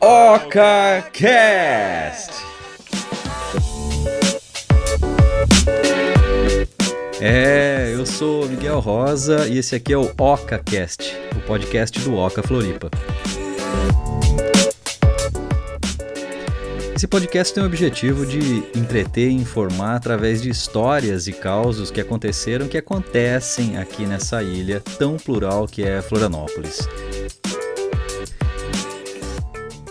Oca Cast. É, eu sou Miguel Rosa e esse aqui é o Oca Cast, o podcast do Oca Floripa. Esse podcast tem o objetivo de entreter e informar através de histórias e causos que aconteceram, que acontecem aqui nessa ilha tão plural que é Florianópolis.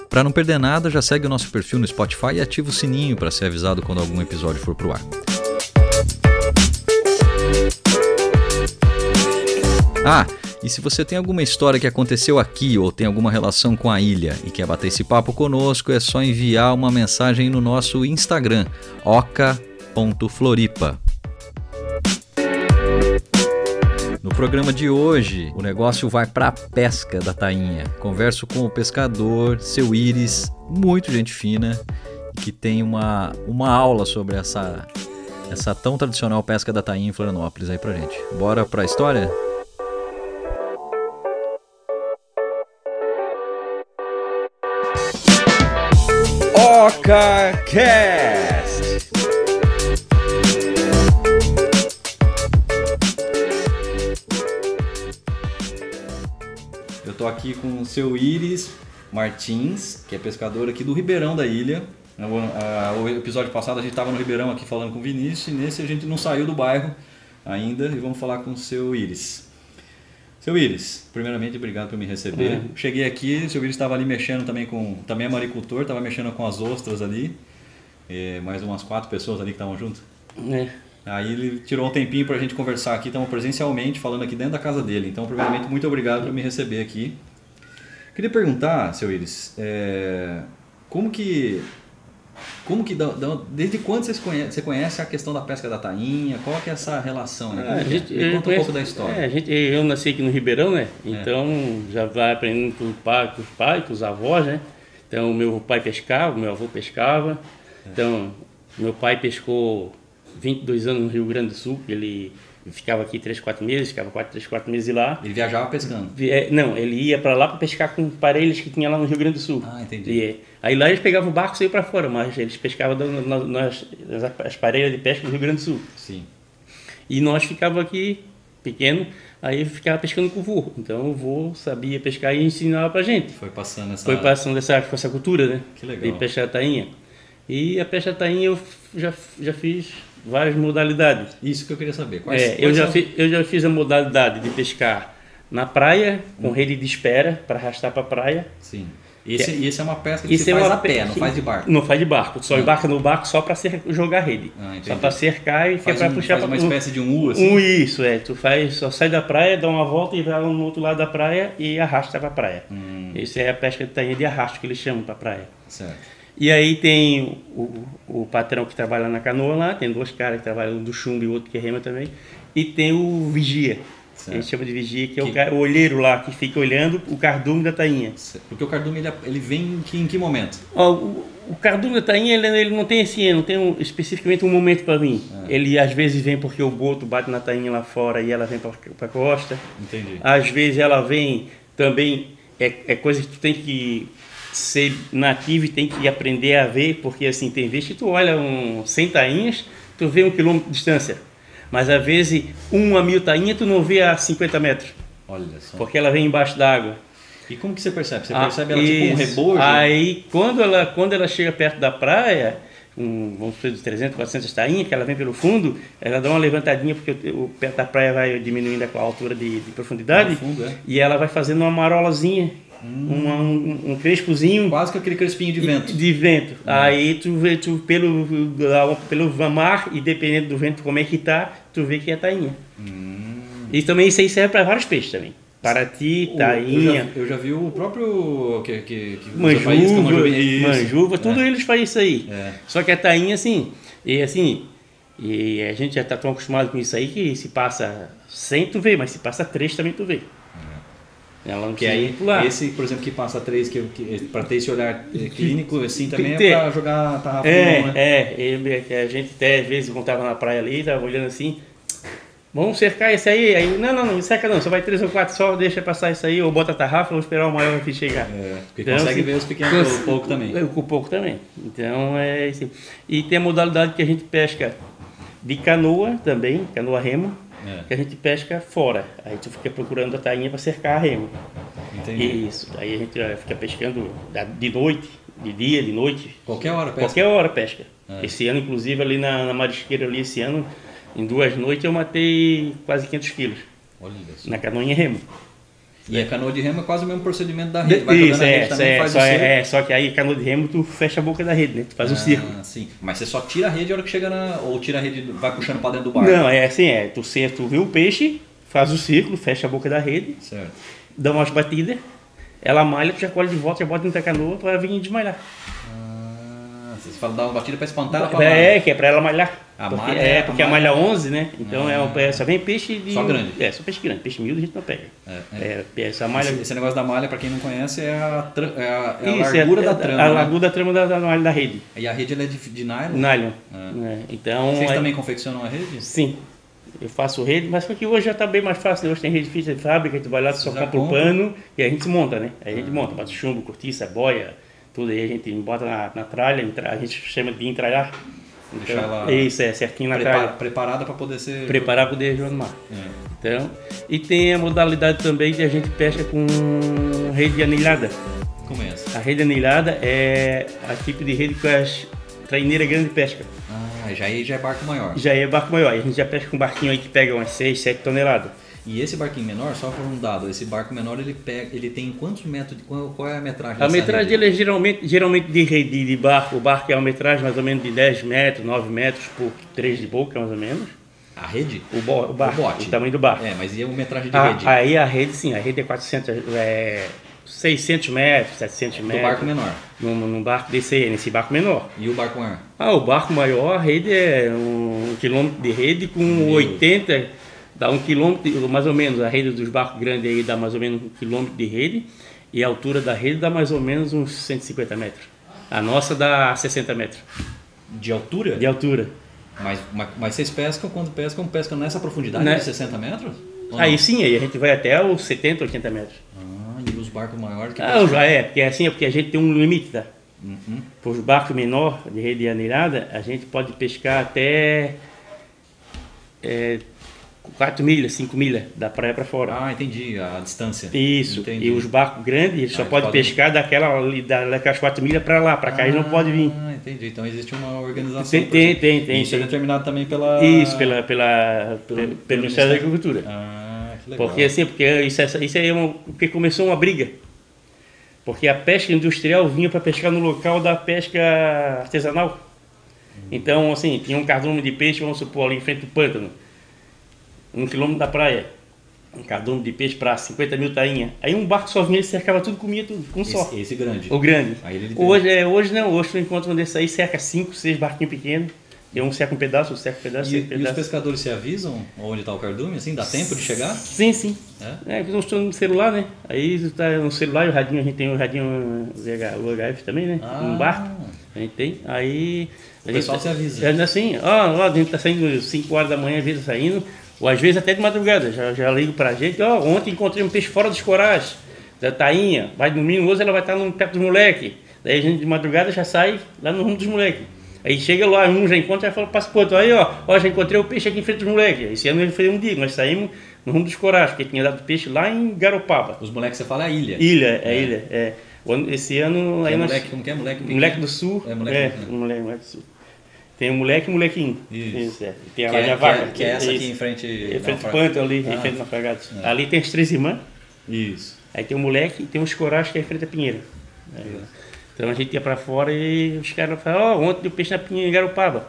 Para não perder nada, já segue o nosso perfil no Spotify e ativa o sininho para ser avisado quando algum episódio for pro ar. Ah, e se você tem alguma história que aconteceu aqui ou tem alguma relação com a ilha e quer bater esse papo conosco, é só enviar uma mensagem no nosso Instagram, oca.floripa. No programa de hoje, o negócio vai para a pesca da tainha. Converso com o pescador, seu Íris, muito gente fina, que tem uma, uma aula sobre essa, essa tão tradicional pesca da tainha em Florianópolis aí pra gente. Bora pra história? Oca Cast! Eu tô aqui com o seu Iris Martins, que é pescador aqui do Ribeirão da Ilha. Na- ah, O episódio passado a gente tava no Ribeirão aqui falando com o Vinícius e nesse a gente não saiu do bairro ainda e vamos falar com o seu Iris. Seu Iris, primeiramente obrigado por me receber. Cheguei aqui, o seu Iris estava ali mexendo também com. Também é maricultor, estava mexendo com as ostras ali. eh, mais umas quatro pessoas ali que estavam junto. É. Aí ele tirou um tempinho pra gente conversar aqui, estamos presencialmente falando aqui dentro da casa dele. Então, primeiramente, muito obrigado por me receber aqui. Queria perguntar, seu Iris, é, como que. Como que. da- da- desde quando vocês conhe- você conhece a questão da pesca da tainha? Qual que é essa relação? Né? Como A que é? gente, Me eu conta um conheço- pouco da história. É. É, a gente, eu nasci aqui no Ribeirão, né? Então já vai aprendendo com, o pai, com os pais, com os avós, né? Então meu pai pescava, meu avô pescava. É. Então meu pai pescou 22 anos no Rio Grande do Sul, ele ficava aqui 3, 4 meses, ficava 4, 3, 4 meses lá. Ele viajava pescando. Vi- é, Não, ele ia pra lá pra pescar com parelhas que tinha lá no Rio Grande do Sul. Ah, entendi. E, é, aí lá eles pegavam o barco e saíam pra fora, mas eles pescavam dando- nas, nas- nas- as parelhas de pesca do Rio Grande do Sul. Sim. E nós ficava aqui, pequeno, aí eu ficava pescando com o vô. Então o vô sabia pescar e ensinava pra gente. Foi passando essa. Foi passando essa, com essa cultura, né? Ah. Que legal. De pescar tainha. E a pesca tainha eu f- já, f- já fiz várias modalidades. Isso que eu queria saber. Quais, É, eu, quais já são- fi- eu já fiz a modalidade de pescar na praia, Hum. com rede de espera, para arrastar pra praia. Sim. Esse, e esse é uma pesca que Isso você é faz uma a pé, não pe- faz de barco. Hum. Não faz de barco, só embarca no barco só para jogar rede. Ah, entendi. só para cercar e que é Faz, para um- puxar faz uma para espécie de um U assim. Um isso, é. Tu faz, só sai da praia, dá uma volta e vai lá no outro lado da praia e arrasta pra praia. Hum. Isso é a pesca de tainha de arrasto que eles chamam pra praia. Certo. E aí tem o, o, o patrão que trabalha na canoa lá, tem dois caras que trabalham, um do chumbo e outro que rema também. E tem o vigia, que a gente Certo. chama de vigia, que é o, Que- ca- o olheiro lá, que fica olhando o cardume da tainha. Porque o cardume ele, ele vem em que, em que momento? Ó, o, o cardume da tainha, ele, ele não tem assim, não tem um- especificamente um momento para vir. Ah. Ele às vezes vem porque o boto bate na tainha lá fora e ela vem pra, pra costa. Entendi. Às vezes ela vem também, é, é coisa que tu tem que ser nativo e tem que aprender a ver, porque assim, tem vezes que tu olha um 100 tainhas, tu vê um quilômetro de distância. Mas às vezes, uma mil tainha tu não vê a 50 metros, Olha só. porque ela vem embaixo d'água. E como que você percebe? Você Ah, percebe ela tipo um isso. rebojo? Aí quando ela, quando ela chega perto da praia, um, vamos supor, de 300, 400 tainhas, que ela vem pelo fundo, ela dá uma levantadinha, porque o, o perto da praia vai diminuindo com a altura de, de profundidade, No fundo, é. Hum. e ela vai fazendo uma marolazinha, uma- um, um crespozinho Quase que aquele crespinho de vento. Hum. de vento. Aí tu vê tu, pelo, da- pelo mar, e dependendo do vento como é que tá, tu vê que é tainha. E também isso aí serve para vários peixes também. Paraty, O- tainha. Hum. Eu já, eu já vi o próprio. Que, que, que usa Manjuva, faísca, manjuva. Isso. manjuva, tudo eles fazem isso aí. É. Só que a tainha, assim, e assim, e a gente já tá tão acostumado com isso aí que se passa 100 tu vê, mas se passa 3 também tu vê. Ela É. não Que quer aí, ir pular. esse, por exemplo, que passa três, que, que, pra ter esse olhar eh, clínico, assim, que também é ter. pra jogar tarrafa É, no mão, né? é, ele- que a gente até às vezes quando tava na praia ali, tava olhando assim, Vamos cercar esse aí. aí não, não, não, cerca não. Só vai três ou quatro só, deixa passar isso aí, ou bota a tarrafa, ou esperar o maior enfim chegar. É, porque Então, consegue assim, ver os pequenos cons- o pouco também. É, Com pouco também. Então é assim. E tem a modalidade que a gente pesca de canoa também, canoa remo, É. que a gente pesca fora. A gente fica procurando a tainha para cercar a remo. Entendi. Isso. Aí a gente eh, fica pescando da- de noite, de dia, de noite. Qualquer hora pesca. Qualquer hora pesca. É. Esse ano, inclusive, ali na, na marisqueira, ali esse ano, em duas noites eu matei quase 500 quilos Olha só. na canoinha remo. E a canoa de remo é quase o mesmo procedimento da rede. Vai Isso, jogando a é, rede também, é, faz só, o cerco. é, é, só que aí canoa de remo tu fecha a boca da rede, né? Tu faz um círculo. Ah, sim. Mas você só tira a rede a hora que chega na. Ou tira a rede e vai puxando pra dentro do barco. Não, é assim, é, tu, cer- tu viu o peixe, faz o círculo, fecha a boca da rede, Certo. dá umas batidas, ela malha, tu já colhe de volta, já bota dentro da canoa pra vir desmalhar. Ah, você fala dar uma batida pra espantar ela pra lá. É, que é pra ela malhar. A porque, malha é é, a porque a malha- Ah. malha 11, né? Então é, um- é, só vem peixe de. Só grande. É, só peixe grande. Peixe miúdo a gente não pega. É, É, essa malha. Esse, esse negócio da malha, pra quem não conhece, é a, tra- é a, é a Isso, largura é, da a- trama. A né? largura da trama da, da malha da rede. E a rede ela é de, de nylon. Nylon. Ah. né? Então. Vocês é- também confeccionam a rede? Sim. Eu faço rede, mas porque hoje já tá bem mais fácil, né? Hoje tem rede fixa de fábrica, tu vai lá, tu só Já compra o compra. pano e a gente monta, né? Aí A Ah. gente monta, bota chumbo, cortiça, boia, tudo aí a gente bota na, na tralha, entra- a gente chama de entralhar. Deixar Então, ela Isso, é, certinho na Prepara- tralha. preparada pra poder ser. Preparar pro dejo no mar. É. Então, e tem a modalidade também de a gente pesca com rede anilhada. Como é essa? A rede anilhada é a tipo de rede que as traineiras grandes pescam. Ah, já aí já é barco maior. Já é barco maior, a gente já pesca com um barquinho aí que pega umas 6, 7 toneladas. E esse barquinho menor, só por um dado, esse barco menor ele pega, ele tem quantos metros, de, qual, qual é a metragem A dessa metragem rede? dele é geralmente, geralmente de rede de barco. O barco é uma metragem mais ou menos de 10 metros, 9 metros por 3 de boca, mais ou menos. A rede? O, bo- o barco, o, bote. tamanho do barco. Ah, É, mas e a metragem de A- rede? aí a rede, sim, a rede é 400, é, 600 metros, 700 É, do metros. barco menor. Num, num barco desse aí, nesse barco menor. E o barco é maior? Ah, o barco maior, a rede é um quilômetro de rede com 80, dá um quilômetro, mais ou menos, a rede dos barcos grandes aí dá mais ou menos um quilômetro de rede e a altura da rede dá mais ou menos uns 150 metros. A nossa dá 60 metros De altura? de altura. Mas, mas, mas vocês pescam, quando pescam, pescam nessa profundidade Né? Ah, de 60 metros? Ou Aí não? sim, aí a gente vai até os 70, 80 metros. Ah, e os barcos maiores que Ah, já é, porque é assim, é porque a gente tem um limite, tá? Uhum. Para os barcos menores de rede aneirada, a gente pode pescar até é, 4 milhas, 5 milhas da praia para fora. Ah, entendi, a distância. Isso, Entendi. e os barcos grandes eles só Ah, eles podem podem- pescar daquela, ali, da- daquelas 4 milhas para lá, para cá eles não podem vir. Ah, entendi. Então existe uma organização. Tem- por tem- exemplo. tem- tem- Isso é tem. determinado também pela. Isso, pela, pela, pe- pelo, pelo Ministério da Ministério. Agricultura. Ah, que legal. porque assim, porque isso, é- isso é uma, porque começou uma briga. Porque a pesca industrial vinha para pescar no local da pesca artesanal. Uhum. Então, assim, tinha um cardume de peixe, vamos supor, ali em frente do pântano, um quilômetro da praia. Um cardume de peixe para 50 mil tainha. Aí um barco só vinha e cercava tudo, comia tudo, com um só. esse, esse grande. O grande. Aí ele libera. hoje, é, hoje não, hoje tu encontra um desses aí, cerca cinco, seis barquinhos pequenos. Tem um cerca um pedaço, outro cerca um pedaço, E, cerca um e os pedaço. pescadores se avisam onde está o cardume? Assim, dá tempo de chegar? Sim, sim. É? É, porque nós estamos no celular, né? Aí tu tá no celular e o radinho, a gente tem o radinho VH, UHF também, né? Ah. Um barco. A gente tem. Aí. a gente pessoal tá- se avisa. É assim, ó, ó, a gente tá saindo 5 horas da manhã, às vezes saindo, ou às vezes até de madrugada. Já, já ligo pra gente, ó, ontem encontrei um peixe fora dos corais, da tainha, vai domingo, hoje ela vai estar no perto dos moleque. Daí a gente de madrugada já sai lá no rumo dos moleque. Aí chega lá, um já encontra, já fala, passa pro outro, aí ó, ó, já encontrei o peixe aqui em frente dos moleque. Esse ano ele foi um dia, nós saímos no rumo dos corais, porque tinha dado peixe lá em Garopaba. Os moleques, você fala, é a ilha. Ilha, é, ilha, é. O ano- Esse ano Que aí é nós. moleque, como que é moleque? pequeno? Moleque do Sul. É, moleque do Sul. um moleque, moleque do Sul. Tem um moleque e um molequinho. Isso. é. E Tem Que a é, Laja que é- Vaca. que é essa aqui Isso. em frente. Em não, frente do fra- pântano ali, em Ah, frente do Naufragados. É. Ali tem as três irmãs. Isso. é. Aí tem o moleque e tem os corais que é em frente à Pinheira. Aí, ó. Então a gente ia pra fora e os caras falavam, ó, ontem deu peixe na Pinheira em Garopaba.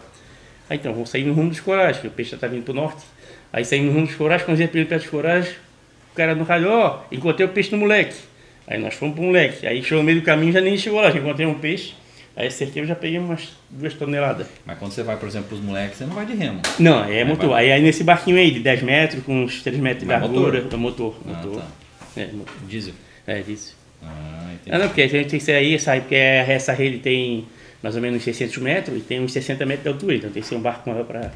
Aí então, vamos sair no rumo dos corais, que o peixe já tá vindo pro norte. Aí saímos no rumo dos corais, quando ia pelo perto dos corais, o cara no rádio, ó, encontrei o peixe no moleque. Aí nós fomos pro moleque. Aí chegou no meio do caminho já nem chegou lá, já encontrei um peixe. Aí acertei, eu já peguei umas duas toneladas. Mas quando você vai, por exemplo, pros moleques, você não vai de remo. Não, é, motor. vai- Aí, aí nesse barquinho aí de 10 metros, com uns 3 metros de Mas largura, motor? é motor. Ah, motor. tá. É, motor. Diesel. é isso. Ah, entendi. Ah, não, porque a gente tem que sair, sair, porque essa rede tem mais ou menos 600 metros e tem uns 60 metros de altura, então tem que ser um barco maior para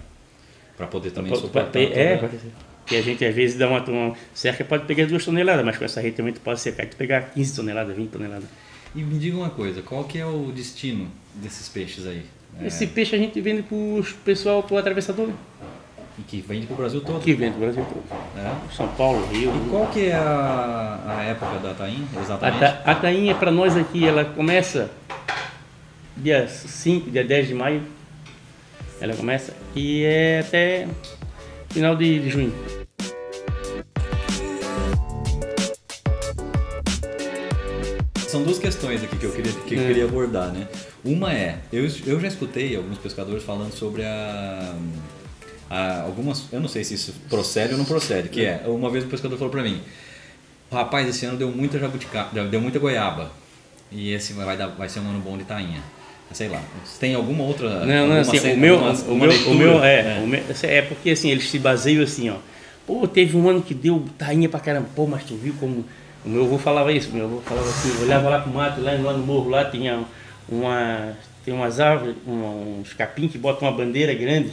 Para poder também né? Pode- suportar. pode- é, toda- pode- que a gente às vezes dá uma, uma cerca, pode pegar duas toneladas, mas com essa rede também tu pode secar, tu pegar 15 toneladas, 20 toneladas. E me diga uma coisa, qual que é o destino desses peixes aí? É, Esse peixe a gente vende pro pessoal, pro atravessador, né? e que vende pro Brasil todo. que vende pro Brasil todo. né? São Paulo, Rio. E qual que é a, a época da Taim, A, exatamente? ta, a tainha para nós aqui, ela começa dia 5, dia 10 de maio. Ela começa e é até final de, de junho. São duas questões aqui que eu queria, que eu É. queria abordar, né? Uma é, eu, eu já escutei alguns pescadores falando sobre a, a- algumas, eu não sei se isso procede ou não procede, que é, uma vez um pescador falou pra mim, rapaz, esse ano deu muita jabuticaba, deu muita goiaba, e esse vai, dar, vai ser um ano bom de tainha. Sei lá, você tem alguma outra... Não, não, alguma assim, sen- o meu, alguma- o alguma meu, o leitura? meu é, o meu- assim, é porque assim, eles se baseiam assim, ó. Pô, teve um ano que deu tainha pra caramba, pô, mas tu viu como o meu avô falava isso, meu avô falava assim, eu olhava lá pro mato, lá, lá no morro, lá tinha uma, tem umas árvores, um- uns capim que botam uma bandeira grande,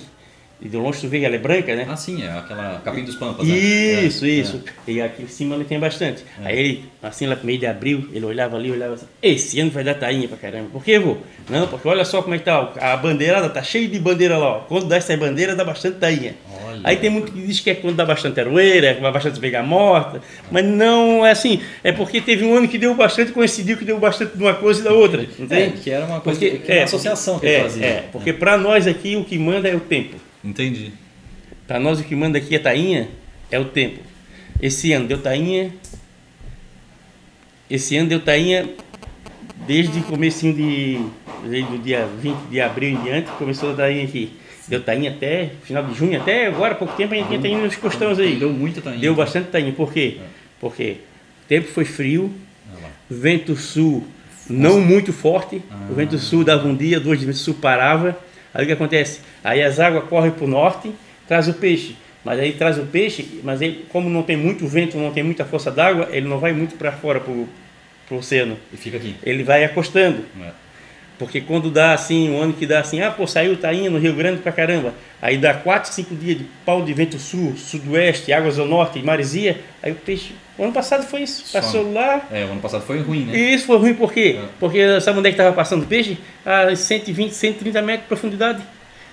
e de longe tu vê que ela é branca, né? Ah, sim, é aquela Capim dos Pampas, né? Isso, É, isso. E aqui em cima ele tem bastante. Aí ele, assim, lá no meio de abril, ele olhava ali, olhava assim, esse ano vai dar tainha pra caramba. Por que, vô? Não, porque olha só como é que tá, ó, a bandeirada tá cheia de bandeira lá, ó. Quando dá essa bandeira, dá bastante tainha. Olha. Aí tem muito que diz que é quando dá bastante aroeira, que vai bastante veiga morta, mas não é assim. É porque teve um ano que deu bastante, coincidiu que deu bastante de uma coisa e da outra, entende? É, que era uma coisa que- que era uma associação que é, ele fazia. É, porque pra nós aqui o que manda é o tempo. é. Entendi. Para nós o que manda aqui é tainha, é o tempo. Esse ano deu tainha. Esse ano deu tainha desde o comecinho de. Desde o dia 20 de abril em diante, começou a tainha aqui. Deu tainha até final de junho, até agora, há pouco tempo, a gente tinha tainha nos costões aí. Deu muita tainha. Então, assim, Deu bastante tainha. Por quê? Porque o tempo foi frio, Olha lá. vento sul não muito forte, o vento sul dava um dia, dois dias, o vento sul parava. Aí o que acontece? Aí as águas correm para o norte, traz o peixe. Mas aí traz o peixe, mas ele, como não tem muito vento, não tem muita força d'água, ele não vai muito para fora, para o oceano. E fica aqui. Ele vai acostando. né? Porque quando dá assim, um ano que dá assim, ah, pô, saiu Tainha no Rio Grande pra caramba. Aí dá 4, 5 dias de pau de vento sul, sudoeste, águas ao norte, maresia. Aí o peixe. O ano passado foi isso. Some. Passou lá. É, o ano passado foi ruim, né? E isso foi ruim por quê? É. Porque sabe onde é que tava passando o peixe? A 120, 130 metros de profundidade.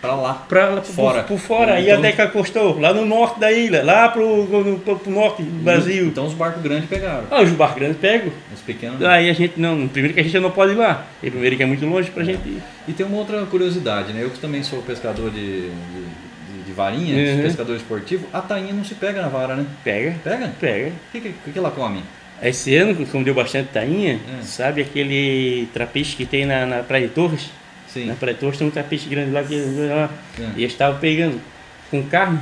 Pra lá. Pra, lá, por Fora. Por, fora. E Então- até que acostou, lá no norte da ilha, lá pro, no- pro- pro norte do Brasil. Então os barcos grandes pegaram. Ah, os barcos grandes pegam. Os pequenos. não. Aí a gente não. Primeiro que a gente não pode ir lá. E primeiro que é muito longe pra gente ir. E tem uma outra curiosidade, né? Eu que também sou pescador de, de, de varinha, Uhum. pescador esportivo, a tainha não se pega na vara, né? Pega. Pega? Pega. O que, que, que ela come? Esse ano, como deu bastante tainha, É. sabe aquele trapiche que tem na, na Praia de Torres? Sim. Na Praia de Torres tem um trapiche grande lá que lá, É. e eles estavam pegando com carne,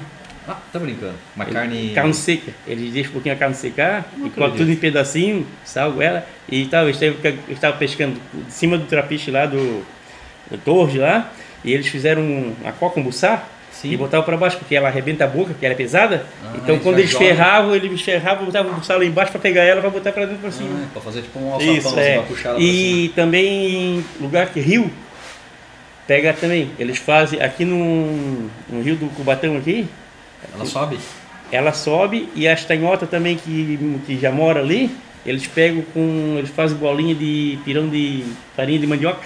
Ah, tá brincando. Uma ele- carne. carne seca. Eles deixam um pouquinho a carne secar Não e cortam acredito. tudo em pedacinho, salgam ela e tal. Eles estavam- eles estavam pescando de cima do trapiche lá do, do Torres lá e eles fizeram um- uma coca, um buçá. Sim. E botavam para baixo, porque ela arrebenta a boca, porque ela é pesada. Ah, então, eles quando já eles jogam. ferravam, eles ferravam, botavam o buçá lá embaixo para pegar ela, para botar para dentro para cima. Ah, pra fazer tipo um alçapão, Isso, assim, é. uma puxada E também em lugar que rio, pega também. Eles fazem aqui no, no rio do Cubatão aqui, pra cima. Ela sobe? ela sobe e as tanhotas também que, que já mora ali, eles pegam com. eles fazem bolinha de pirão de farinha de mandioca.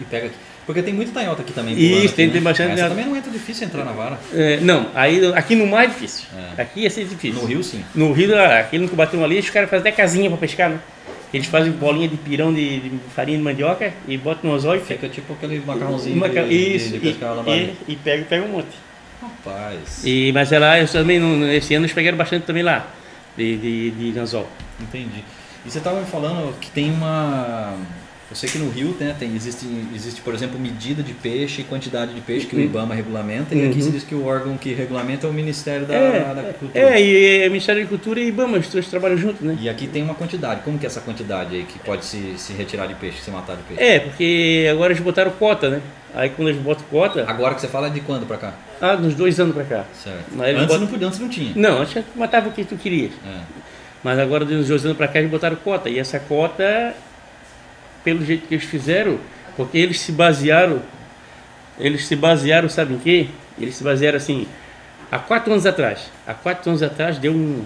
E pega aqui. Porque tem muita tanhota aqui também. Isso, pulando aqui, tem- né? tem bastante Essa tanhota. também não é tão difícil entrar na vara. É, não, aí aqui no mar é difícil. É. Aqui ia ser difícil. No rio, sim. No rio, lá, aquele no Cubatão ali, os caras fazem até casinha pra pescar, né? Eles fazem bolinha de pirão de, de farinha de mandioca e botam no anzol e fica. Fica tipo aquele macarrãozinho Uma ca- de, de- isso, de e, pescar na e, barriga. e pega, pega um monte. Rapaz, E, mas é lá, eu também, não- não- esse ano eles pegaram bastante também lá, de, de, de anzol. entendi. E você estava me falando que tem uma... Eu sei que no Rio né, tem, existe, existe, por exemplo, medida de peixe e quantidade de peixe que Uhum. o IBAMA regulamenta. E aqui se diz que o órgão que regulamenta é o Ministério da, é, da Agricultura. é, e é Ministério da Agricultura e Ibama, os dois trabalham juntos, né? E aqui tem uma quantidade. Como que é essa quantidade aí que pode se, se retirar de peixe, se matar de peixe? É, porque agora eles botaram cota, né? Aí quando eles botam cota, Agora que você fala é de quando pra cá? ah, uns dois anos pra cá. Certo. Mas Hum. eles antes, botam- não podia, antes não tinha. Não, acho que matava o que tu queria. É. Mas agora, de uns dois anos pra cá, eles botaram cota. E essa cota, pelo jeito que eles fizeram, porque eles se basearam, eles se basearam, sabe em quê? Eles se basearam assim, Há quatro anos atrás, há quatro anos atrás deu um,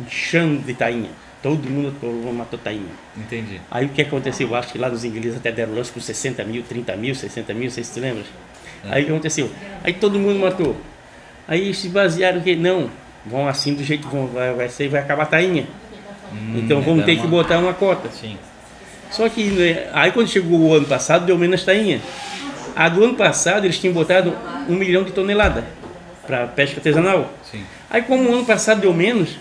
um chão de tainha. Todo mundo matou tainha. Entendi. Aí o que aconteceu? Eu acho que lá nos ingleses até deram lance com 60 mil, 30 mil, 60 mil, vocês se lembram? Aí o que aconteceu? Aí todo mundo matou. Aí se basearam que não, vão assim do jeito que vão, vai, vai ser, vai acabar a tainha. Hum, Então vamos era ter que uma- botar uma cota. Sim. Só que né, aí quando chegou o ano passado deu menos tainha. A do ano passado eles tinham botado um milhão de toneladas para pesca artesanal. Sim. Aí como o ano passado deu menos,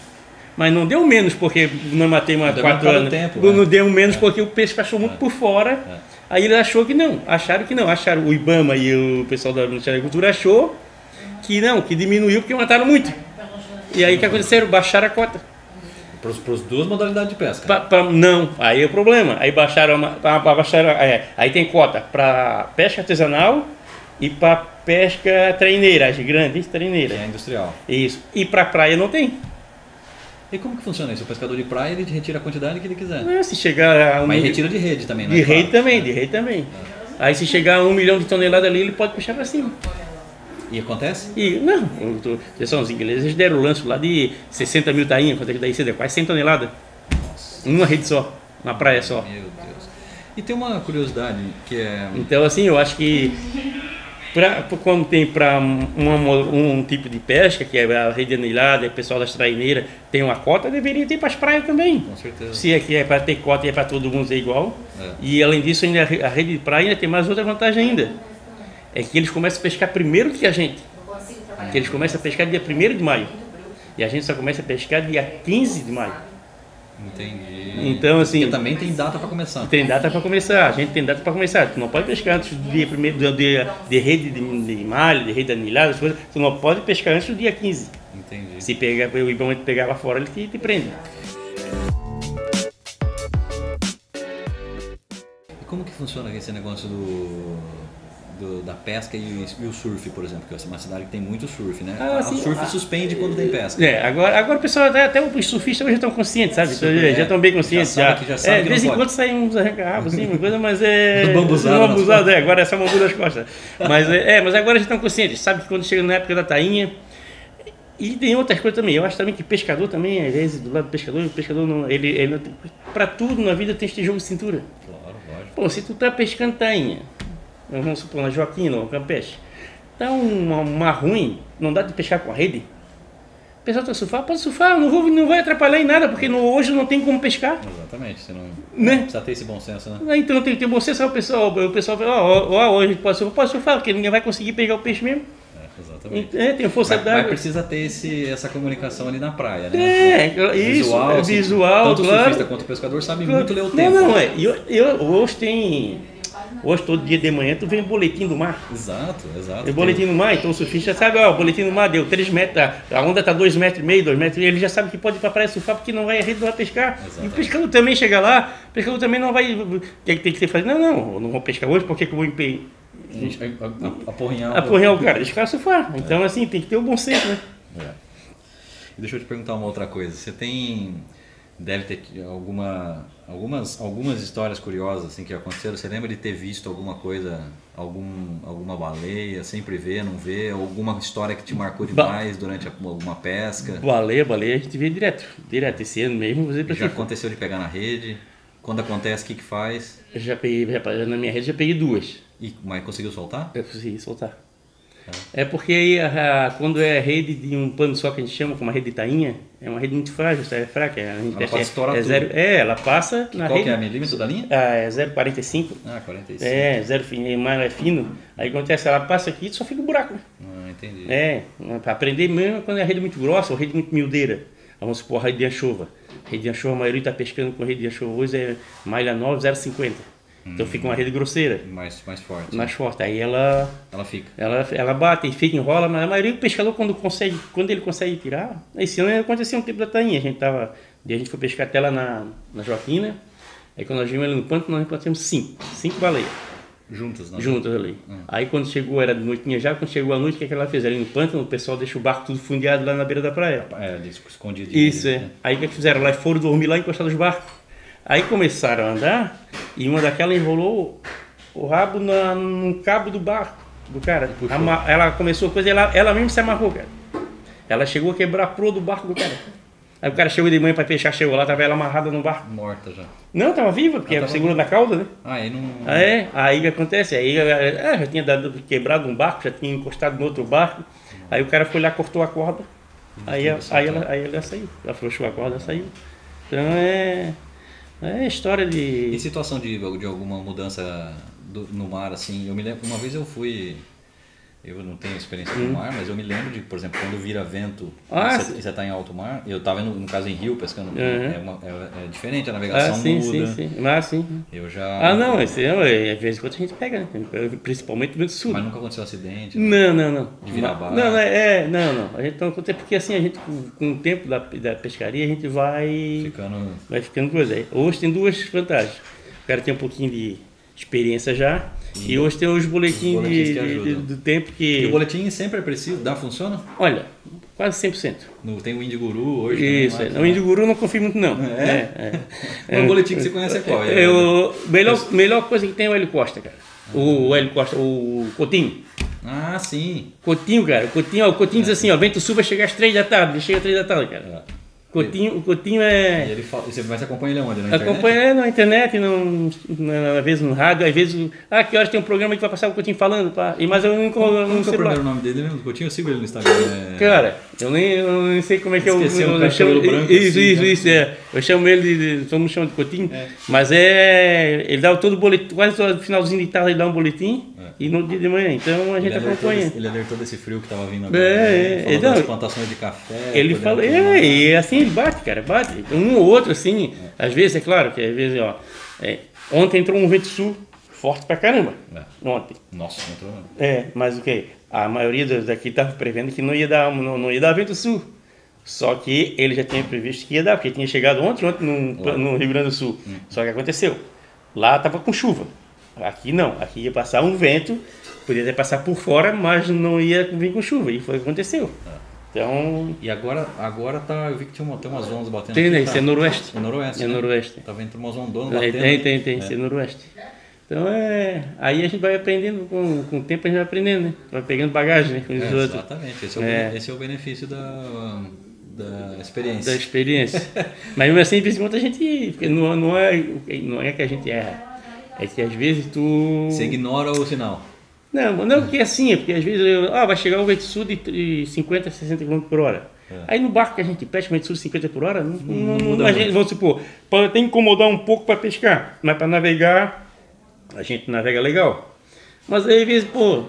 mas não deu menos porque não matei mais Deu quatro por causa anos. do tempo, É. não né? deu menos porque o peixe passou muito por fora. Aí ele achou que não, acharam que não, acharam o IBAMA e o pessoal da Ministério da Agricultura achou que não, que diminuiu porque mataram muito. E aí o que aconteceu? Baixaram a cota. Para as duas modalidades de pesca. Pa- pa- não, aí é o problema. Aí baixaram, uma- pa- pa- baixaram é, aí tem cota para pesca artesanal e para pesca treineira, as grandes Que treineiras. é a industrial. Isso. E para praia não tem. E como que funciona isso? O pescador de praia, ele retira a quantidade que ele quiser. Não, Se chegar a um Mas milhão- retira de rede também, É. né? de rei também, de rei também. Aí se chegar a um milhão de toneladas ali, ele pode puxar para cima. E acontece? E não, eu tô- vocês são os ingleses, eles deram o lance lá de 60 mil tainhas, quanto é que daí você deu? Quase 100 toneladas. Numa rede só, na praia só. Meu Deus. E tem uma curiosidade que é... Então, assim, eu acho que pra, pra- como tem para um, um tipo de pesca, que é a rede anilhada, o pessoal das traineiras tem uma cota, deveria ter para as praias também. Com certeza. Se aqui é para ter cota e é para todo mundo ser igual. É. E além disso, ainda a re- a rede de praia ainda tem mais outra vantagem ainda. É que eles começam a pescar primeiro que a gente. Que eles começam a pescar dia 1 de maio. E a gente só começa a pescar dia 15 de maio. Entendi. Então, assim, Porque também tem data para começar. tem data para começar, a gente tem data para começar. Tu não pode pescar antes do dia primeiro, do dia de rede de, de malha, de rede anilhada, as coisas. Tu não pode pescar antes do dia 15. Entendi. Se pegar, o Ibama te pegar lá fora, ele te, te prende. E como que funciona esse negócio do, do- da pesca e, o- e o surf, por exemplo? Que é uma cidade que tem muito surf, né? Ah, Ah, sim. o surf Ah. suspende quando tem pesca. É, agora, agora o pessoal, até, até os surfistas hoje estão conscientes, sabe? Super, Então, já- já é. estão bem conscientes. Já Já sabe que já sabe é, que de vez não em pode. quando saem uns arranca-rabos, assim, uma coisa, mas é. Os bambuzados nas bambuzado, é, agora é só bambu nas costas. Mas é, é, mas agora já estão conscientes, sabe que quando chega na época da tainha. E tem outras coisas também. Eu acho também que pescador também, às vezes, do lado do pescador, o pescador não. Ele, ele não tem- pra tudo na vida tem este jogo de cintura. Claro, lógico. Bom, se tu tá pescando tainha, vamos supor, na Joaquina ou Campeche, tá uma, uma ruim, não dá de pescar com a rede? O pessoal tá surfar, pode surfar, não, vou, não vai atrapalhar em nada, porque no- hoje não tem como pescar. Exatamente. Você não Né? precisa ter esse bom senso, né? Ah, Então tem que ter bom senso, aí o pessoal, o pessoal fala, ó, ó, ó, hoje pode surfar, pode surfar, porque ninguém vai conseguir pegar o peixe mesmo. É, exatamente. É, tem força Mas, mas d'água. precisa ter esse, essa comunicação ali na praia, né? É, isso, visual, é assim, visual, Tanto o claro. surfista quanto o pescador sabe muito ler o não, tempo. né? Não, é. Eu, eu, hoje tem. Hoje todo dia de manhã tu vem o boletim do mar. Exato, exato. O boletim do mar, então o surfista já sabe, ó, o boletim do mar deu 3 metros, a- a onda tá 2 metros e meio, 2 metros, e ele já sabe que pode ir pra praia surfar porque não vai, a rede não vai pescar. E o Exatamente. pescador também chega lá, o pescador também não vai, o que tem que ter fazer, não, não, eu não vou pescar hoje porque que eu vou empe- A- é a- Aporrinhar. aporrear o cara, deixa o cara surfar. Então assim, tem que ter o bom senso, né? É. E Deixa eu te perguntar uma outra coisa. Você tem. Deve ter alguma, algumas, algumas histórias curiosas assim, que aconteceram. Você lembra de ter visto alguma coisa, algum, alguma baleia, sempre vê, não vê? Alguma história que te marcou demais durante a- alguma pesca? Baleia, baleia, a gente vê direto, direto, esse ano mesmo, você Já aconteceu de pegar na rede? Quando acontece, o que, que faz? Eu já peguei, já- na minha rede já peguei duas. E, mas conseguiu soltar? Eu consegui soltar. É porque a- a- quando é rede de um pano só que a gente chama, como a rede de tainha, é uma rede muito frágil, sabe? é fraca. A gente Ela acha- pode estourar é, tudo. zero, é, ela passa na Qual rede. que é a milímetro da linha? ah, é 0,45. Ah, 45. É, zero fino, mais é fino. Aí acontece, ela passa aqui e só fica um buraco. né? Ah, entendi. É, para aprender mesmo é quando é rede muito grossa ou rede muito miudeira. Vamos supor a rede de anchova. A rede de anchova, a maioria está pescando com rede de anchova hoje, é malha 9, 0,50. Hum. Então fica uma rede grosseira, Mais, mais forte. né? mais forte. Aí ela Ela fica. ela, ela bate e fica, enrola, mas a maioria do pescador, quando, consegue, quando ele consegue tirar, esse ano aconteceu um tempo da tainha. A gente, tava, daí a gente foi pescar até lá na, na Joaquina, aí quando nós vimos ele no panto, nós encontramos cinco, cinco baleias Juntas, né? não? juntas ali. Aí quando chegou, era de noitinha já, quando chegou a noite, o que, é que ela fez? Ali no pântano, o pessoal deixa o barco tudo fundeado lá na beira da praia. É, eles escondidas. Isso, é. né? Aí o que, é que fizeram? Lá foram dormir lá encostado nos barcos. Aí começaram a andar e uma daquelas enrolou o rabo na, no cabo do barco do cara. Ama- ela começou a coisa e ela, ela mesmo se amarrou, cara. Ela chegou a quebrar a proa do barco do cara. Aí o cara chegou de manhã para pescar, chegou lá, tava ela amarrada no barco. Tá Morta já. Não, tava viva, porque Ela era tava segura da cauda, né? Aí não. É, aí o que acontece? Aí é, já tinha dado, quebrado um barco, já tinha encostado no outro barco. Aí o cara foi lá, cortou a corda. Aí, a- aí, ela, aí ela saiu. Ela afrouxou a corda, saiu. Então é. É história Em de. situação de, de alguma mudança do- no mar, assim, eu me lembro, uma vez eu fui, eu não tenho experiência no mar, mas eu me lembro de, por exemplo, quando vira vento Hum. Ah, e você- e você está em alto mar, eu estava, no, no caso, em rio pescando, é, uma- é- é diferente, a Ah, navegação sim, sim, muda, sim. Ah, sim. eu já, Ah, não, esse, é, às vezes quando a gente pega, né? Principalmente no vento sul. mas nunca aconteceu acidente, né? Não, não, não. De virar barco. Não, não, é, não, não. A gente não acontece porque assim a gente com, com o tempo da, da pescaria a gente vai ficando, vai ficando coisa aí. Hoje tem duas vantagens. O cara tem um pouquinho de experiência já e hoje tem os boletins, Os boletins que de- de- ajudam. do tempo e que o boletim sempre é preciso, dá, funciona? olha, quase 100%. No, tem o Indie Guru hoje né? também, Isso, mas- é. o índio guru eu não confio muito não. É, é. Mas o boletim que você conhece é qual? É- Eu, melhor, melhor coisa que tem é o Hélio Costa, cara. O Hélio Costa, o Coutinho. Ah, sim, Cotinho, cara, o Cotinho, ó, o Cotinho É. diz assim, ó, vento sul vai chegar às três da tarde, ele chega às três da tarde, cara. Cotinho, o Cotinho e é... ele fala, e você, mas você acompanha ele aonde, na internet? Acompanha né, na internet, no, na- às vezes no rádio, às vezes... Ah, que horas tem um programa que vai passar o Cotinho falando, pá. E, mas eu não encontro Como no que é o celular. primeiro nome dele mesmo? Coutinho, eu sigo ele no Instagram. é- Cara, eu nem, eu nem sei como é que Esqueceu eu... um eu cara de chamo, cabelo branco isso, assim, isso, né? isso, é. Eu chamo ele de... de- Todo mundo chama de Cotinho. Mas é... Ele dá todo o boletim, quase todo finalzinho de tarde ele dá um boletim. E no dia de manhã, então a gente Ele alertou, acompanha. desse, ele alertou desse frio que tava vindo agora. É, né? é, Falou então- das plantações de café. Ele cuidando fala, do é, mar. e assim ele bate, cara, bate. Um ou outro, assim, às vezes, é claro, que às vezes, ó. é, ontem entrou um vento sul forte pra caramba. É. Ontem. Nossa, não entrou. né? É, mas o que? A maioria dos daqui estava prevendo que não ia dar, não, não ia dar vento sul. Só que ele já tinha previsto que ia dar, porque tinha chegado ontem, ontem no, no Rio Grande do Sul. Só que aconteceu. Lá estava com chuva. Aqui não. Aqui ia passar um vento, podia até passar por fora, mas não ia vir com chuva. E foi o que aconteceu. Então, E agora, agora tá. Eu vi que tinha uma, tem umas ondas batendo. tem, né? aqui, Isso é noroeste. É noroeste. É né? Tá noroeste. Tava entrando umas ondonas Tem, batendo. É. tem, ali. tem, tem, ser noroeste. Então é. Aí a gente vai aprendendo, com, com o tempo a gente vai aprendendo, né? Vai pegando bagagem, né? Com os É, outros. exatamente. Esse é, o, É. bene- esse é o benefício da, da experiência. Da experiência. Mas mesmo assim, de vez em quando a gente. porque Não, não, é, não é que a gente erra. É que às vezes tu. Você ignora o sinal. Não, não porque assim, é porque às vezes eu, ah, vai chegar o vento sul de, de 50, 60 km por hora. Aí no barco que a gente pesca, o vento sul de 50 por hora, não, não, não- É. muda a muito. gente, vamos supor, pode até incomodar um pouco para pescar, mas para navegar, a gente navega legal. Mas aí às vezes, pô,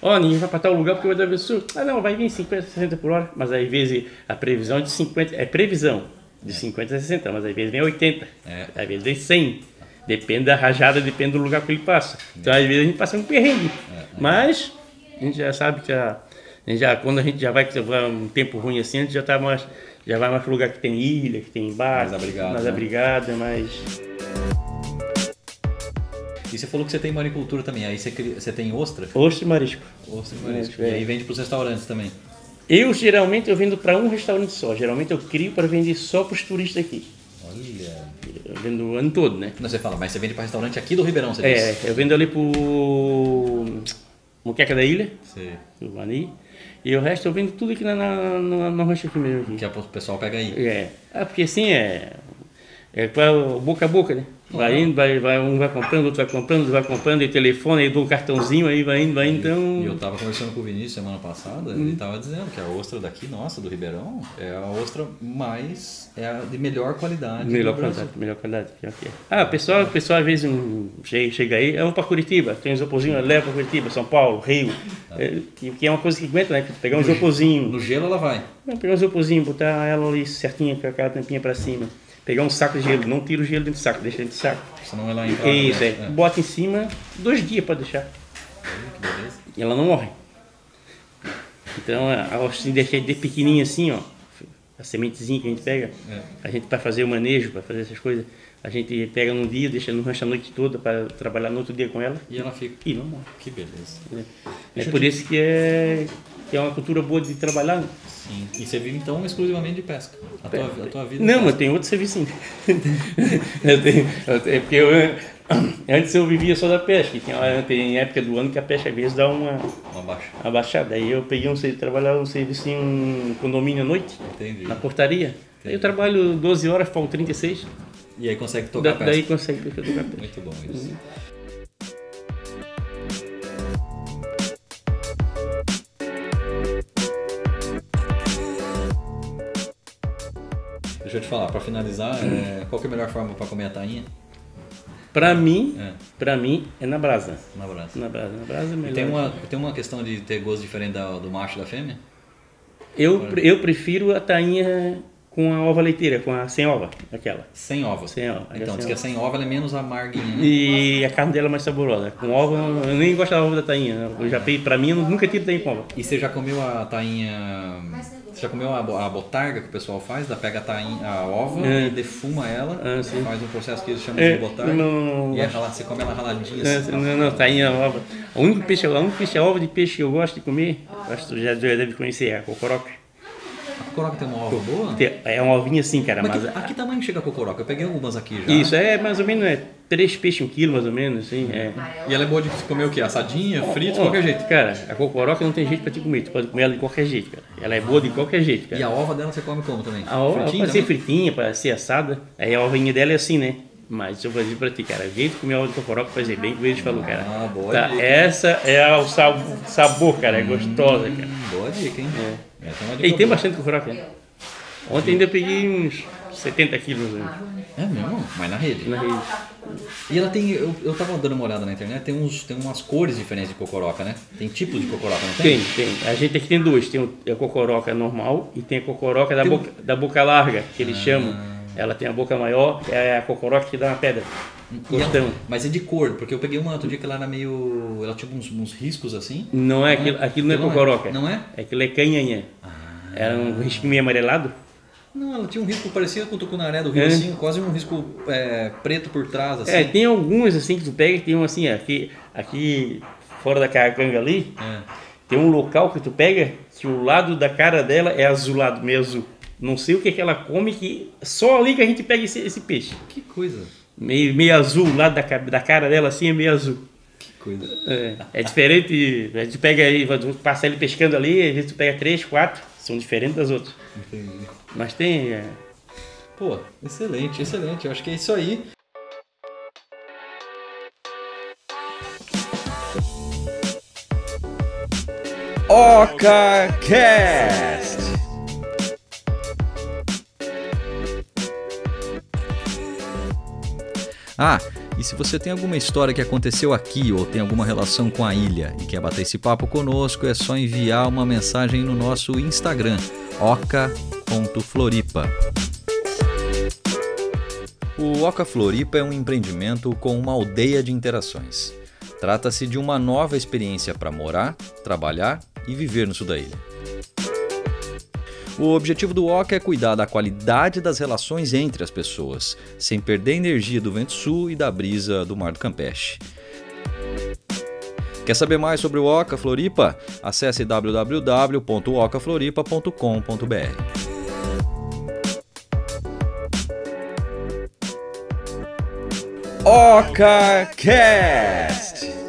ó, ninguém vai para tal lugar porque vai dar vento sul. Ah, não, vai vir 50, 60 por hora, mas aí, às vezes a previsão é de 50, é previsão de 50 a 60, mas às vezes vem 80, É. às vezes vem 100. Depende da rajada, depende do lugar que ele passa. Então, às vezes, a gente passa um perrengue. Mas, a gente já sabe que a, a gente já, quando a gente já vai, que vai um tempo ruim assim, a gente já, tá mais, já vai mais para lugar que tem ilha, que tem embarque, Mais abrigado, mais né? abrigada, mais... E você falou que você tem maricultura também. Aí você, cria- você tem ostra? Ostra e marisco. Ostra e marisco. É, é. E aí vende pros restaurantes também. Eu, geralmente, eu vendo para um restaurante só. Geralmente, eu crio para vender só para os turistas aqui. Olha. Eu vendo o ano todo, né? Não, você fala, mas você vende pra restaurante aqui do Ribeirão, você É, disse? eu vendo ali pro... Moqueca da Ilha, Você- do Mani. E o resto eu vendo tudo aqui na, na, na, na rocha aqui mesmo. Aqui. Que o pessoal pega aí. É. Ah, porque assim é. É pra- boca a boca, né? Vai indo, vai, vai, um vai comprando, outro vai comprando, outro vai comprando, e telefone, aí do cartãozinho, aí vai indo, vai indo, E eu então. tava conversando com o Vinícius semana passada, Uhum. ele tava dizendo que a ostra daqui, nossa, do Ribeirão, é a ostra mais. é a de melhor qualidade. Melhor do Brasil. qualidade, melhor qualidade. pior que é. Ah, o pessoal, o pessoal às vezes um, chega, chega aí, eu vou pra Curitiba, tem um isoporzinho, eu levo pra Curitiba, São Paulo, Rio, Tá. é, que, que é uma coisa que aguenta, né? Pegar um isoporzinho, No gelo ela vai. Não, pegar um isoporzinho, botar ela ali certinha, com aquela tampinha pra cima, pegar um saco de gelo, não tira o gelo dentro do saco, deixa dentro do saco. Senão ela entra. lá né? Isso, é. dentro. Bota em cima, dois dias pra deixar. Olha Que beleza. E ela não morre. Então, a ostra deixa de pequenininha assim, ó. A sementezinha que a gente pega. É. A gente, para fazer o manejo, para fazer essas coisas, a gente pega num dia, deixa no rancho a noite toda para trabalhar no outro dia com ela É E ela fica. e não morre. Que beleza. É por isso que é que é uma cultura boa de trabalhar. né? Sim. E você vive então exclusivamente de pesca. A tua, a tua vida. é Não, pesca. mas tem outro serviço sim. eu tenho, eu tenho- é porque eu- antes eu vivia só da pesca. E tem, hora- tem época do ano que a pesca às vezes dá uma Uma baixa. abaixada. Aí eu peguei um serviço, trabalhava um serviço em um condomínio à noite, Entendi. na portaria. Aí eu trabalho 12 horas, falo 36. E aí consegue Da, tocar pesca. daí Uhum. consegue tocar pesca. Muito bom isso. Deixa eu te falar, pra finalizar, é, qual que é a melhor forma pra comer a tainha? Pra mim, É, pra mim é na brasa. na brasa. Na brasa, na brasa é melhor. Tem uma, tem uma questão de ter gosto diferente da- do macho e da fêmea? Eu, pre- eu prefiro a tainha com a ova leiteira, com a sem ova, aquela. Sem ova. Sem ova, é Então, sem diz que a sem ova ela é menos amarguinha. né? E a carne dela é mais saborosa. Com ova, eu nem gosto da ova da tainha. né? Eu já peguei, pra mim, eu nunca tive tainha com ova. E você já comeu a tainha. Você já comeu a, bo- a botarga que o pessoal faz? Da pega a, tainha, a ova É. e defuma ela, Ah, sim. faz um processo que eles chamam É, de botarga. não- É, E é rala- você come ela raladinha assim. Não, não, tainha ova. O único peixe, o único peixe a ova de peixe que eu gosto de comer, eu acho que tu já já deve conhecer, é a cocoroca. A cocoroca tem uma ova boa? Tem- É uma ovinha assim, cara, Mas mas... que, a que tamanho chega a cocoroca? Eu peguei algumas aqui já. Isso, é mais ou menos, é três peixes um quilo, mais ou menos, assim, é. E ela é boa de se comer o quê? Assadinha, frita, de Ó, qualquer jeito. Cara, a cocoroca não tem jeito pra te comer, tu pode comer ela de qualquer jeito, cara. Ela é boa de qualquer jeito, cara. E a ova dela você come como também? A ova Fritinha pode Ah, ser também? fritinha, pode ser assada. Aí a ovinha dela é assim, né? Mas deixa eu fazer pra ti, cara. Vem tu comer a ova de cocoroca, fazer é bem que o Verde falou, cara. Ah, boa Tá, dica. essa é a- o sabo- sabor, cara. É gostosa, cara. Hum, boa dica, hein? É. Essa é uma dica E tem boa. bastante cocoroca, né? Ontem ainda peguei uns 70 quilos né, É mesmo? Mas na rede. na rede. E ela tem, eu, eu tava dando uma olhada na internet, tem, uns, tem umas cores diferentes de cocoroca, né? Tem tipos de cocoroca, não tem? Tem, tem. A gente aqui tem dois. Tem o- é a cocoroca normal e tem a cocoroca da, Tem Ah. um- boca, da boca larga, que eles chamam. Ela tem a boca maior, é a cocoroca que dá uma pedra. E ela- Gostão. mas é de cor, porque eu peguei uma outro dia que ela era meio. Ela tinha uns, uns riscos assim. Não é aquilo, aquilo não é cocoroca. Não é? Ah. Aquilo é canhanha. Era um risquinho meio amarelado. Não, ela tinha um risco parecido com o tucunaré do rio, É. assim, quase um risco é, preto por trás, assim. É, tem alguns assim que tu pega, e tem um assim, aqui, aqui fora da caracanga ali, É. tem um local que tu pega que o lado da cara dela é azulado, meio azul. Não sei o que, que ela come, que só ali que a gente pega esse, esse peixe. Que coisa. Meio, meio azul, o lado da, ca- da cara dela assim é meio azul. Que coisa. É, é diferente, a gente pega aí, passa ele pescando ali, às vezes tu pega três, quatro, são diferentes das outras. Entendi. Mas tem. é, Pô, excelente, excelente. Eu acho que é isso aí. OcaCast! Ah, e se você tem alguma história que aconteceu aqui ou tem alguma relação com a ilha e quer bater esse papo conosco, é só enviar uma mensagem no nosso Instagram, oca.floripa. O Oca Floripa é um empreendimento com uma aldeia de interações. Trata-se de uma nova experiência para morar, trabalhar e viver no sul da ilha. O objetivo do OCA é cuidar da qualidade das relações entre as pessoas, sem perder a energia do vento sul e da brisa do mar do Campeche. Quer saber mais sobre o Oca Floripa? Acesse www.ocafloripa.com.br. OcaCast!